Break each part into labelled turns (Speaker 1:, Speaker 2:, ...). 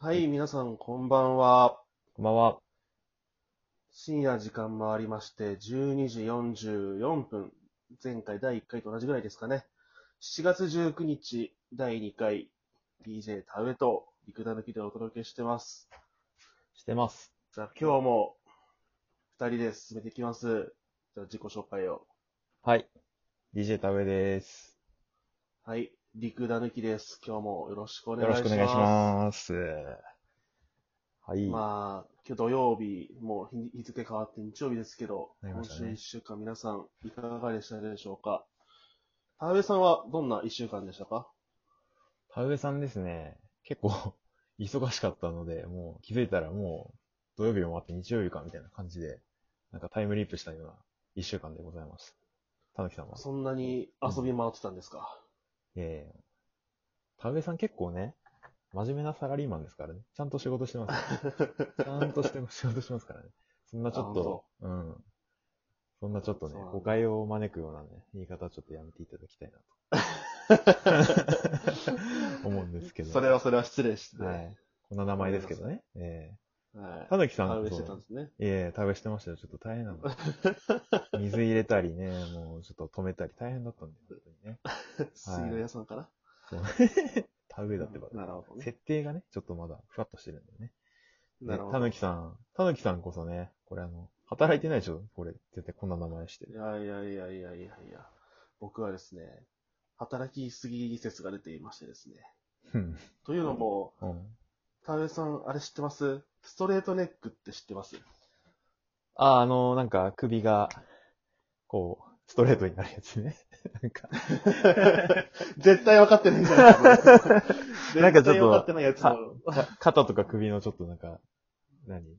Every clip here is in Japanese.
Speaker 1: はい、皆さん、こんばんは。
Speaker 2: こんばんは。
Speaker 1: 深夜時間もありまして、12時44分。前回第1回と同じぐらいですかね。7月19日、第2回、DJ 田植えと、陸田抜きでお届けしてます。
Speaker 2: してます。
Speaker 1: じゃあ、今日も、2人で進めていきます。じゃあ、自己紹介を。
Speaker 2: はい。DJ 田上です。
Speaker 1: はい、陸田抜きです。今日もよろしくお
Speaker 2: よ
Speaker 1: 願い
Speaker 2: ろ
Speaker 1: し
Speaker 2: しく
Speaker 1: ます。
Speaker 2: お願いします。はい。
Speaker 1: まあ、今日土曜日、もう日日付変わって日曜日ですけど、
Speaker 2: なり
Speaker 1: 今
Speaker 2: ました
Speaker 1: 週
Speaker 2: ね
Speaker 1: 1週間皆さんいかがでしたでしょうか田上さんはどんな1週間でしたか
Speaker 2: 田上さんですね、結構 忙しかったので、もう気づいたらもう土曜日も終わって日曜日かみたいな感じで、なんかタイムリープしたような一週間でございます。たぬきさんは。
Speaker 1: そんなに遊び回ってたんですか、
Speaker 2: ええ田上さん結構ね、真面目なサラリーマンですからね。ちゃんと仕事してます。 ちゃんとして仕事しますからね。そんなちょっと、うん。そんなちょっとね
Speaker 1: そうなんだ、
Speaker 2: 誤解を招くようなね、言い方はちょっとやめていただきたいなと 思うんですけど。
Speaker 1: それはそれは失礼して。
Speaker 2: はい。こんな名前ですけどね。え
Speaker 1: は
Speaker 2: え
Speaker 1: い
Speaker 2: たぬきさ
Speaker 1: 田
Speaker 2: ん
Speaker 1: 植え
Speaker 2: そ
Speaker 1: し
Speaker 2: う
Speaker 1: てたんですね。
Speaker 2: ええ田植えしてましたよ。ちょっと大変 なの。水入れたりね、もうちょっと止めたり大変だったんで、本当にね。
Speaker 1: 杉野屋さんかな、
Speaker 2: そう田植えだってば。
Speaker 1: なるほどね。
Speaker 2: 設定がね、ちょっとまだふわっとしてるんだよね。
Speaker 1: なるほど。
Speaker 2: たぬきさん、たぬきさんこそね、これあの、働いてないでしょこれ、絶対こんな名前して
Speaker 1: い。やいやいやいやいやいや。僕はですね、働きすぎ説が出ていましてですね。
Speaker 2: うん。
Speaker 1: というのも、
Speaker 2: うん
Speaker 1: 田上さん、あれ知ってますストレートネックって知ってます
Speaker 2: あ、あの、なんか首が、こう、ストレートになるやつね。 なんか、
Speaker 1: 絶対分かってないじゃ ないですか。
Speaker 2: なんかちょっと
Speaker 1: 絶対分かってないやつも
Speaker 2: は。か肩とか首のちょっとなんか、何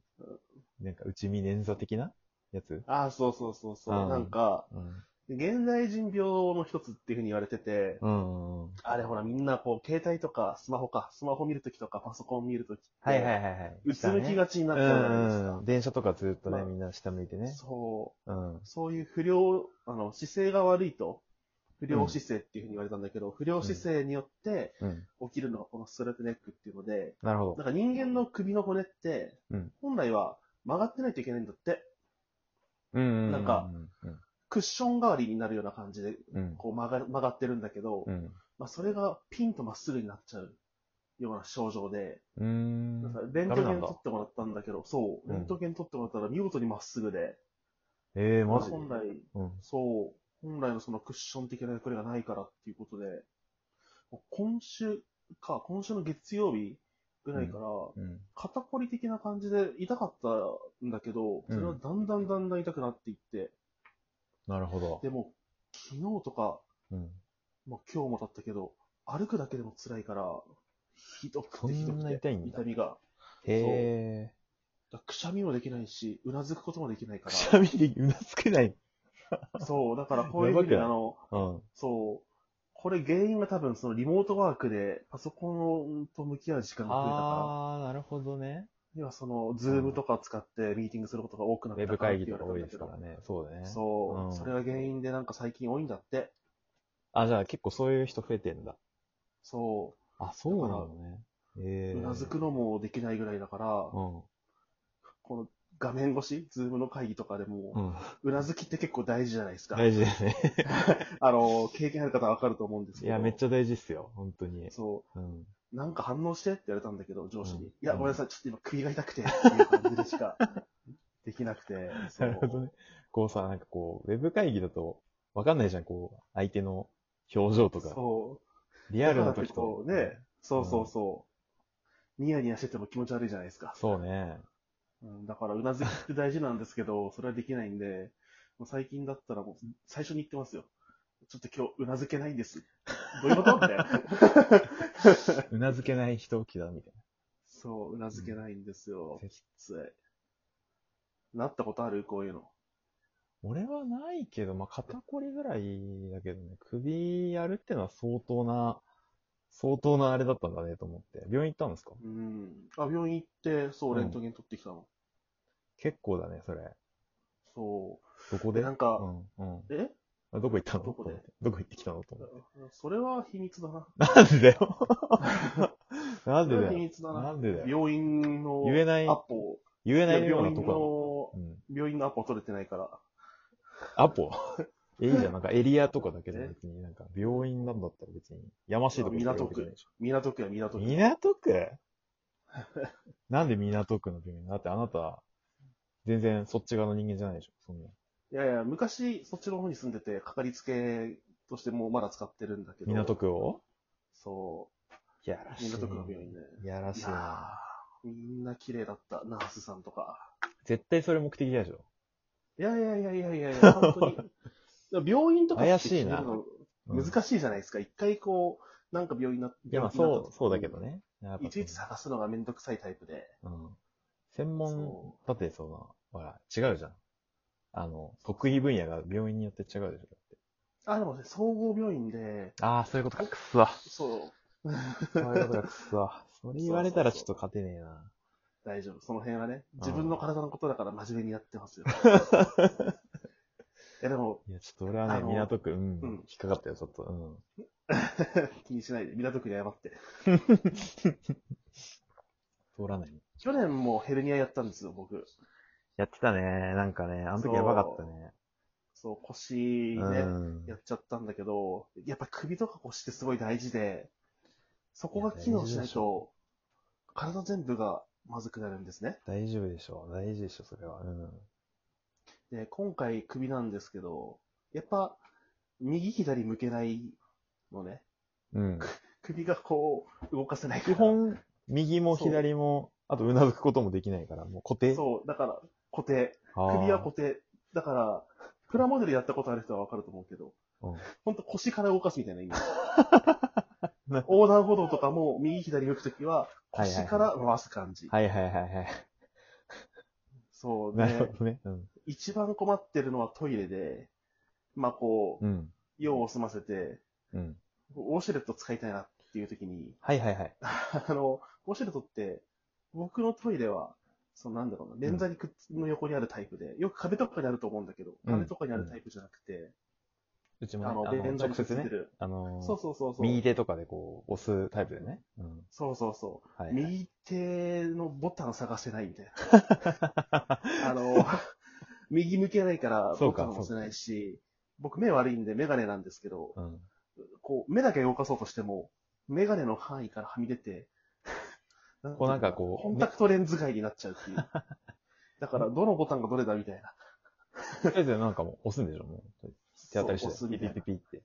Speaker 2: なんか内身捻挫的なやつ
Speaker 1: ああ、そうそうそうそう。
Speaker 2: うん
Speaker 1: なんか、
Speaker 2: うん。
Speaker 1: 現代人病の一つっていうふうに言われてて、
Speaker 2: うん。は
Speaker 1: あれほらみんなこう、携帯とかスマホか、スマホ見るときとかパソコン見るときって、
Speaker 2: いはいはいはい。
Speaker 1: うつむきがちにな
Speaker 2: 下
Speaker 1: っ
Speaker 2: ね
Speaker 1: ちゃうじゃないです
Speaker 2: うんうん。電車とかずっと
Speaker 1: ま
Speaker 2: ね、
Speaker 1: あ
Speaker 2: みんな下向いて
Speaker 1: か。
Speaker 2: ね。
Speaker 1: そう。
Speaker 2: うん。
Speaker 1: そういう不良、あの、姿勢が悪いと、不良姿勢っていうふうに言われたんだけど、不良姿勢によって
Speaker 2: うん。
Speaker 1: 起きるのがこのストレートネックっていうので、
Speaker 2: なるほど
Speaker 1: なん。か人間の首の骨って
Speaker 2: うん、
Speaker 1: 本来は曲がってないといけないんだって、
Speaker 2: うんうう
Speaker 1: なんか、
Speaker 2: うん
Speaker 1: クッション代わりになるような感じで、
Speaker 2: うん。
Speaker 1: こう曲が曲がってるんだけど、
Speaker 2: うん。
Speaker 1: まあ、それがピンとまっすぐになっちゃうような症状で、
Speaker 2: うーん
Speaker 1: なんかレントゲ
Speaker 2: ダメな
Speaker 1: ン
Speaker 2: んだ
Speaker 1: 撮ってもらったんだけど、そう、
Speaker 2: うん
Speaker 1: レントゲン撮ってもらったら見事にまっすぐで、
Speaker 2: ええマジで
Speaker 1: 本来、
Speaker 2: うん。
Speaker 1: そう、本来のそのクッション的な役割がないからっていうことで、もう今週か、今週の月曜日ぐらいから、
Speaker 2: うん。
Speaker 1: 肩こり的な感じで痛かったんだけど、それはだんだんだんだん痛くなっていって、
Speaker 2: なるほど。
Speaker 1: でも、昨日とか、
Speaker 2: うん。
Speaker 1: まあ、今日もだったけど、歩くだけでも辛いから、ひどくてひど
Speaker 2: そん
Speaker 1: く
Speaker 2: な
Speaker 1: て、
Speaker 2: 痛いんだ
Speaker 1: 痛みが。
Speaker 2: へえ。
Speaker 1: だからくしゃみもできないし、うなずくこともできないか
Speaker 2: く しゃみでうなつけない。
Speaker 1: ら。そう、だからこういうふうに、
Speaker 2: やばく
Speaker 1: あ
Speaker 2: ない
Speaker 1: の、
Speaker 2: うん。
Speaker 1: そう、これ原因が多分そのリモートワークでパソコンと向き合う時間が増えたから、
Speaker 2: あー、なるほどね。
Speaker 1: 今その、ズームとかを使ってミーティングすることが多く
Speaker 2: ウ
Speaker 1: なった
Speaker 2: ェブ
Speaker 1: からっ
Speaker 2: 会
Speaker 1: て
Speaker 2: 議
Speaker 1: 言
Speaker 2: と
Speaker 1: わ
Speaker 2: か
Speaker 1: れた
Speaker 2: 多
Speaker 1: んだけ
Speaker 2: いです
Speaker 1: ど
Speaker 2: からね。そうだね。
Speaker 1: そう、
Speaker 2: うん
Speaker 1: それが原因でなんか最近多いんだって。
Speaker 2: あ、じゃあ結構そういう人増えてんだ。
Speaker 1: そ
Speaker 2: あ、そうなのね。
Speaker 1: う、
Speaker 2: ええ。
Speaker 1: うなずくのもできないぐらいだから、
Speaker 2: うん。
Speaker 1: この画面越し、ズームの会議とかで
Speaker 2: う
Speaker 1: も、
Speaker 2: ん。
Speaker 1: うなずきって結構大事じゃないですか。
Speaker 2: 大事だよね。
Speaker 1: あの、経験ある方はわかると思うんです
Speaker 2: い
Speaker 1: けど。
Speaker 2: や、めっちゃ大事っすよ。本当に。
Speaker 1: そ
Speaker 2: うん。
Speaker 1: う、なんか反応してって言われたんだけど、上司に。
Speaker 2: うん
Speaker 1: いや、ごめんなさい、ちょっと今首が痛くてっていう感じでし かできなくて。そ
Speaker 2: な
Speaker 1: う
Speaker 2: るほどね。こうさ、なんかこう、ウェブ会議だと、わかんないじゃん。こう、相手の表情とか。
Speaker 1: そう。
Speaker 2: リアルの時と
Speaker 1: だ。からね、そうそうそう。ニヤニヤしてても気持ち悪いじゃないですか。
Speaker 2: そうね。
Speaker 1: うん、だから、うなずきって大事なんですけど、それはできないんで、もう最近だったらもう、最初に言ってますよ。ちょっと今日、うなずけないんです。どういうことみた いな。
Speaker 2: うなずけない人気だ、みたい
Speaker 1: そう、うなずけないんですよ
Speaker 2: な。。
Speaker 1: つい。なったことあるこういうの。
Speaker 2: 俺はないけど、まあ、肩こりぐらいだけどね、首やるってのは相当な、相当なあれだったんだねと思って。病院行ったんですか
Speaker 1: うん。あ、病院行って、そう、
Speaker 2: うん
Speaker 1: レントゲン取ってきたの。
Speaker 2: 結構だね、それ。
Speaker 1: そ
Speaker 2: どこ
Speaker 1: う。
Speaker 2: で
Speaker 1: なんか、
Speaker 2: うん、うん。
Speaker 1: え
Speaker 2: あどこ行ったの
Speaker 1: どこで
Speaker 2: と思ってどこ行ってきたのと思って。
Speaker 1: それは秘密だな。
Speaker 2: なんでだよ。なん
Speaker 1: そ
Speaker 2: でだ
Speaker 1: れは秘
Speaker 2: よ。
Speaker 1: 密だな。
Speaker 2: なんでだよ。
Speaker 1: 病院の
Speaker 2: 言えない
Speaker 1: アポを、
Speaker 2: 言えないよう
Speaker 1: 病
Speaker 2: な
Speaker 1: 院
Speaker 2: とこ
Speaker 1: の、
Speaker 2: だもん。うん。
Speaker 1: 病院のアポ取れてないから。
Speaker 2: アポえ、いいじゃん。なんかエリアとかだけじゃ別に、なんか病院なんだったら別に、やましいとこ
Speaker 1: 港区
Speaker 2: 取るわけじ
Speaker 1: 港区や港
Speaker 2: ゃない
Speaker 1: 区。
Speaker 2: でしょ港区なんで港区の病院だってあなた、全然そっち側の人間じゃないでしょ。そんな。
Speaker 1: いやいや、昔そっちの方に住んでて、かかりつけとしてもうまだ使ってるんだけど。
Speaker 2: 港。区を
Speaker 1: そ
Speaker 2: いやら
Speaker 1: う。港区の病院ね。
Speaker 2: いやら
Speaker 1: い
Speaker 2: しい
Speaker 1: やー
Speaker 2: な。
Speaker 1: みんな綺麗だった。ナースさんとか。
Speaker 2: 絶対それ目的でしょ。
Speaker 1: いやいやいやいやいやい や、本当に。だから病院とかって
Speaker 2: 怪しいな
Speaker 1: 決める
Speaker 2: うん
Speaker 1: の難しいじゃないですか。一回こう、なんか病院な、
Speaker 2: いや、まあ、
Speaker 1: 病院になった
Speaker 2: そう、
Speaker 1: 時
Speaker 2: そうだけど。ね。やっぱ
Speaker 1: いちいち探すのがめんどくさいタイプで。
Speaker 2: うん。専門、
Speaker 1: そ
Speaker 2: だってその、ほら、違うじゃん。あの、得意分野が病院によって違うでしょ。だって
Speaker 1: う。あ、でもね、総合病院で、
Speaker 2: ああ、そういうことか。くっそわ。
Speaker 1: そう、
Speaker 2: そういうことか、くっそわ。 それ言われたらちょっと勝てねえな。
Speaker 1: 大丈夫。その辺はね、自分の体のことだから真面目にやってますよ。いや、でも、
Speaker 2: いや、ちょっと俺は
Speaker 1: あ
Speaker 2: ね、
Speaker 1: の
Speaker 2: 港区、うん、
Speaker 1: うん
Speaker 2: 引っかかったよ、ちょっと。うん。
Speaker 1: 気にしないで、港区に謝って。
Speaker 2: 通らない。
Speaker 1: 去年もヘルニアやったんですよ、僕。
Speaker 2: やってたね。なんかね、あの時やばかったね。
Speaker 1: そう、腰ね、
Speaker 2: うん。
Speaker 1: やっちゃったんだけど、やっぱ首とか腰ってすごい大事で、そこが機能しないと、体全部がまずくなるんですね。
Speaker 2: 大丈夫でしょ。大事でしょ、それは。うん。
Speaker 1: で、今回首なんですけど、やっぱ、右左向けないのね。
Speaker 2: うん。
Speaker 1: 首がこう、動かせないか
Speaker 2: 基
Speaker 1: ら。
Speaker 2: 本、右も
Speaker 1: そう
Speaker 2: 左も、あと、うなずくこともできないから、もう固定。
Speaker 1: そう、だから、固定。
Speaker 2: あー
Speaker 1: 首は固定。だから、プラモデルやったことある人はわかると思うけど、
Speaker 2: うん
Speaker 1: ほんと腰から動かすみたいな意味
Speaker 2: な。
Speaker 1: 横断歩道とかも右左向くときは
Speaker 2: はいはい
Speaker 1: 腰から回す感じ。
Speaker 2: はいはいはいはい。
Speaker 1: そう
Speaker 2: なる
Speaker 1: ね。
Speaker 2: ほどね。うん。
Speaker 1: 一番困ってるのはトイレで、まあこう、
Speaker 2: うん。
Speaker 1: 用を済ませて、
Speaker 2: うん。
Speaker 1: ウォシュレット使いたいなっていうときに、
Speaker 2: はいはいはい。
Speaker 1: あの、ウォシュレットって、僕のトイレは、そのなんだろうな、便座にくっつの横にあるタイプで、よく壁とかにあると思うんだけど、
Speaker 2: うん
Speaker 1: 壁とかにあるタイプじゃなくて、
Speaker 2: うち
Speaker 1: あの、便座に
Speaker 2: 直
Speaker 1: くっつ
Speaker 2: 接
Speaker 1: いて
Speaker 2: ね、
Speaker 1: る。
Speaker 2: あのー
Speaker 1: そうそうそうそう。
Speaker 2: 右手とかでこう、押すタイプだよね。うん。
Speaker 1: そうそうそう。
Speaker 2: はい、はい。
Speaker 1: 右手のボタン探せないみたい な。あの、右向けないから
Speaker 2: そ
Speaker 1: ボ
Speaker 2: うか
Speaker 1: タン押せないし、僕目悪いんでメガネなんですけど、
Speaker 2: うん。
Speaker 1: こう、目だけ動かそうとしても、メガネの範囲からはみ出て、な
Speaker 2: こうなん
Speaker 1: てい
Speaker 2: か
Speaker 1: うの
Speaker 2: こ
Speaker 1: コン
Speaker 2: う、
Speaker 1: タクトレンズ外になっちゃう っていう。だから、どのボタンがどれだみたいな。
Speaker 2: とりあえずなんかもう押すんでしょもう。手当たりし て。
Speaker 1: そう押すみた
Speaker 2: ピ
Speaker 1: い
Speaker 2: ピ
Speaker 1: な
Speaker 2: ピピって。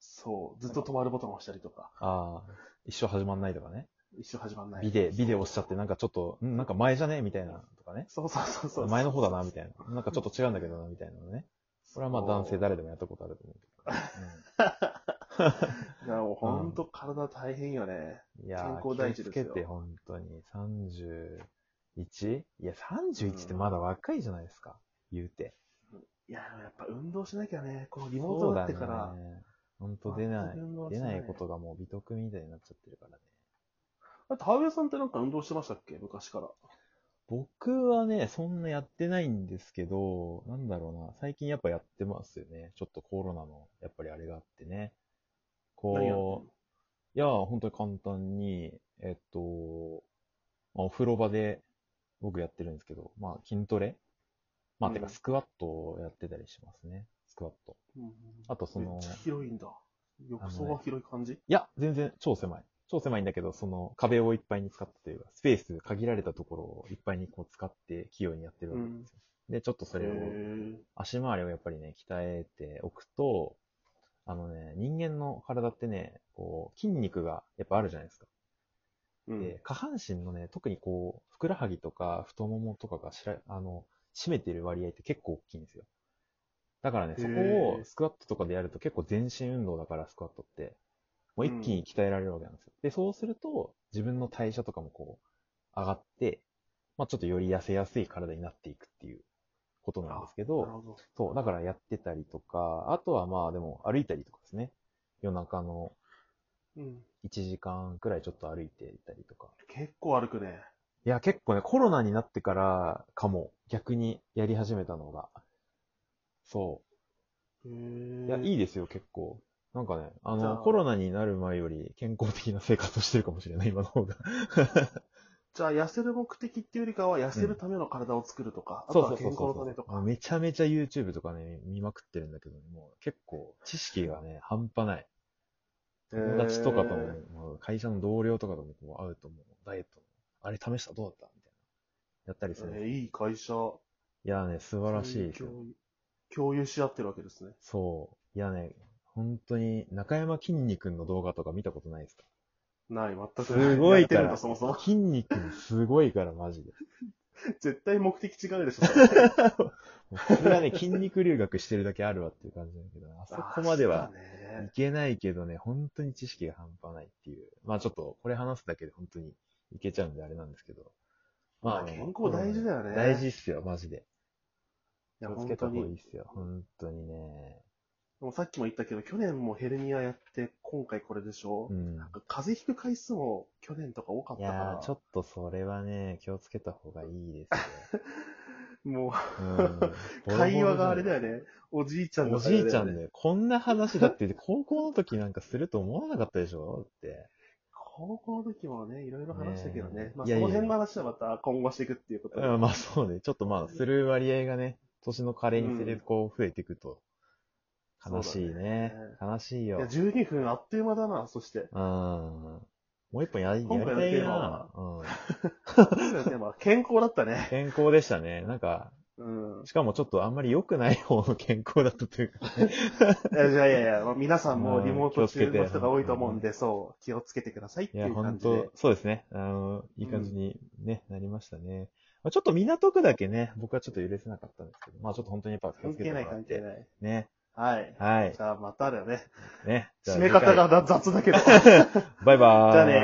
Speaker 1: そう、ずっと止まるボタンを押したりとか、
Speaker 2: ああ。一生始まんないとかね。
Speaker 1: 一生始まんない。
Speaker 2: ビデ、ビデ押しちゃってなんかちょっと、んなんか前じゃねみたいなとかね。
Speaker 1: そうそうそうそう。
Speaker 2: 前の方だな、みたいな。なんかちょっと違うんだけどな、 みたいなのね。これはまあ男性誰でもやったことあると思うけど。うん
Speaker 1: いや、もうほんと体大変よね。
Speaker 2: いやー、
Speaker 1: 健康第一ですよ
Speaker 2: 気をつけて、本当に。31? いや、31ってまだ若いじゃないですか。言うて。
Speaker 1: いや、やっぱ運動しなきゃね、このリモートになってから。
Speaker 2: ね。本当出な
Speaker 1: 全
Speaker 2: い
Speaker 1: く運動、し
Speaker 2: 出
Speaker 1: ない
Speaker 2: ないことがもう美徳みたいになっちゃってるからね。
Speaker 1: あれ、田植さんってなんか運動してましたっけ昔から。
Speaker 2: 僕はね、そんなやってないんですけど、なんだろうな、最近やっぱやってますよね。ちょっとコロナの、やっぱりあれがあってね。
Speaker 1: 何やってん
Speaker 2: こ
Speaker 1: の
Speaker 2: う、いや、本当に簡単に、えっと、まあお風呂場で僕やってるんですけど、まあ筋トレま
Speaker 1: う
Speaker 2: あ、
Speaker 1: ん
Speaker 2: てかスクワットをやってたりしますね。スクワット。
Speaker 1: うん
Speaker 2: あとその
Speaker 1: めっちゃ広いんだ。浴槽が広い感じ、
Speaker 2: いや、全然超狭い。超狭いんだけど、その壁をいっぱいに使ってというか、スペース限られたところをいっぱいにこう使って器用にやってるわけですよ。で、ちょっとそれを
Speaker 1: へー
Speaker 2: 足回りをやっぱりね、鍛えておくと、あのね、人間の体ってね、こう、筋肉がやっぱあるじゃないですか。
Speaker 1: うん
Speaker 2: で、下半身のね、特にこう、ふくらはぎとか太ももとかがしら、あの、占めてる割合って結構大きいんですよ。だからね、
Speaker 1: へ
Speaker 2: そ
Speaker 1: ー
Speaker 2: こをスクワットとかでやると結構全身運動だから、スクワットって。もう一気に鍛えられるわけなんですよ。で、そうすると、自分の代謝とかもこう、上がって、まあちょっとより痩せやすい体になっていくっていうことなんですけど、
Speaker 1: なるほど。
Speaker 2: そう、だからやってたりとか、あとはまあでも歩いたりとかですね。夜中の
Speaker 1: うん、
Speaker 2: 1時間くらいちょっと歩いていたりとか。
Speaker 1: 結構歩くね。
Speaker 2: いや、結構ね、コロナになってからかも、逆にやり始めたのが。そ
Speaker 1: へ
Speaker 2: う。いや、
Speaker 1: ー
Speaker 2: いいですよ、結構。なんかね、あ
Speaker 1: じゃあ
Speaker 2: の、コロナになる前より健康的な生活をしてるかもしれない、今の方が。
Speaker 1: じゃあ、痩せる目的っていうよりかは、痩せるための体を作るとか、あ
Speaker 2: そ
Speaker 1: と
Speaker 2: うそ
Speaker 1: は
Speaker 2: うそ
Speaker 1: 健
Speaker 2: う
Speaker 1: 康のた
Speaker 2: そう
Speaker 1: めとか。
Speaker 2: あめちゃめちゃ YouTube とかね、見まくってるんだけどね、もう結構知識がね、半端ない。友達とかとも、
Speaker 1: へー
Speaker 2: もう会社の同僚とかともこう会うともう、ダイエットの、あれ試したどうだったみたいな。やったりするんです
Speaker 1: えー
Speaker 2: よ。
Speaker 1: いい会社。素
Speaker 2: いやね、素晴らしいですよ。
Speaker 1: 共有し合ってるわけですね。
Speaker 2: そう。いやね、本当に、中山きんに君の動画とか見たことないですか
Speaker 1: ない、全くない。
Speaker 2: すご
Speaker 1: や
Speaker 2: い
Speaker 1: って
Speaker 2: か
Speaker 1: るんだ、
Speaker 2: ら。
Speaker 1: そもそも。
Speaker 2: 筋肉すごいから、マジで。
Speaker 1: 絶対目的違うでしょ。
Speaker 2: もうそれはね、筋肉留学してるだけあるわっていう感じだけど、あそこまで
Speaker 1: あ
Speaker 2: は
Speaker 1: そうだ
Speaker 2: い
Speaker 1: ね。
Speaker 2: けないけどね、本当に知識が半端ないっていう。まあちょっと、これ話すだけで本当にいけちゃうんであれなんですけど。
Speaker 1: まあ、
Speaker 2: ね
Speaker 1: 健康大事だよ
Speaker 2: う
Speaker 1: ね。
Speaker 2: ん大事っすよ、マジで。
Speaker 1: いや、
Speaker 2: 気をつ
Speaker 1: 本
Speaker 2: けた
Speaker 1: 当
Speaker 2: 方がい
Speaker 1: に。
Speaker 2: いっすよ、本当にね。
Speaker 1: でもさっきも言ったけど、去年もヘルニアやって、今回これでしょ、
Speaker 2: うん。
Speaker 1: なんか風邪ひく回数も去年とか多かっ
Speaker 2: い
Speaker 1: たか
Speaker 2: や
Speaker 1: ら
Speaker 2: ー、。ちょっとそれはね、気をつけた方がいいです よ。
Speaker 1: も
Speaker 2: うん
Speaker 1: う、会話があれだよ。ね。おじいちゃん
Speaker 2: ボロボロ
Speaker 1: の
Speaker 2: おじ
Speaker 1: 会話
Speaker 2: いち
Speaker 1: だ
Speaker 2: ゃ
Speaker 1: よ
Speaker 2: ん
Speaker 1: ね。
Speaker 2: で、こんな話だって、 高校の時なんかすると思わなかったでしょって。
Speaker 1: 高校の時もね、いろいろ話したけどね
Speaker 2: ね。
Speaker 1: まあ、
Speaker 2: い
Speaker 1: そ
Speaker 2: やいや
Speaker 1: の辺の話はまた今後していくっていうことで。
Speaker 2: うん、まあそうね。ちょっとまあ、する割合がね、年の加齢につれてこう増えていくと、悲しいね。
Speaker 1: そうだね
Speaker 2: 悲しい
Speaker 1: い
Speaker 2: よ。
Speaker 1: や、12分あっという間だな、そして。
Speaker 2: うん。もう一本やりや
Speaker 1: 今
Speaker 2: り
Speaker 1: 回の
Speaker 2: たい
Speaker 1: テーマは
Speaker 2: な。うん。
Speaker 1: 今回のテーマは健康だったね。
Speaker 2: 健康でしたね。なんか、
Speaker 1: うん。
Speaker 2: しかもちょっとあんまり良くない方の健康だったと いうか、
Speaker 1: いやいやいやいや、まあ皆さんもリモート中
Speaker 2: うん気をつけ
Speaker 1: の
Speaker 2: て
Speaker 1: 人が多いと思うんで、そう、気をつけてくださいって
Speaker 2: い
Speaker 1: い
Speaker 2: や、
Speaker 1: う感
Speaker 2: 本
Speaker 1: じで
Speaker 2: 当。そうですね。あの、いい感じにね、なりましたね。まあ、ちょっと港区だけね、僕はちょっと許せなかったんですけど、まあちょっと本当にやっぱ気を
Speaker 1: 関
Speaker 2: つけて
Speaker 1: 係
Speaker 2: も
Speaker 1: ない
Speaker 2: らっ
Speaker 1: 関係
Speaker 2: て。
Speaker 1: ない。
Speaker 2: ね。
Speaker 1: はい。
Speaker 2: はい。
Speaker 1: じゃあまただよね。
Speaker 2: ね。じゃあ
Speaker 1: 締め方
Speaker 2: 次回
Speaker 1: が雑だけど。
Speaker 2: バイバーイ。
Speaker 1: じゃあね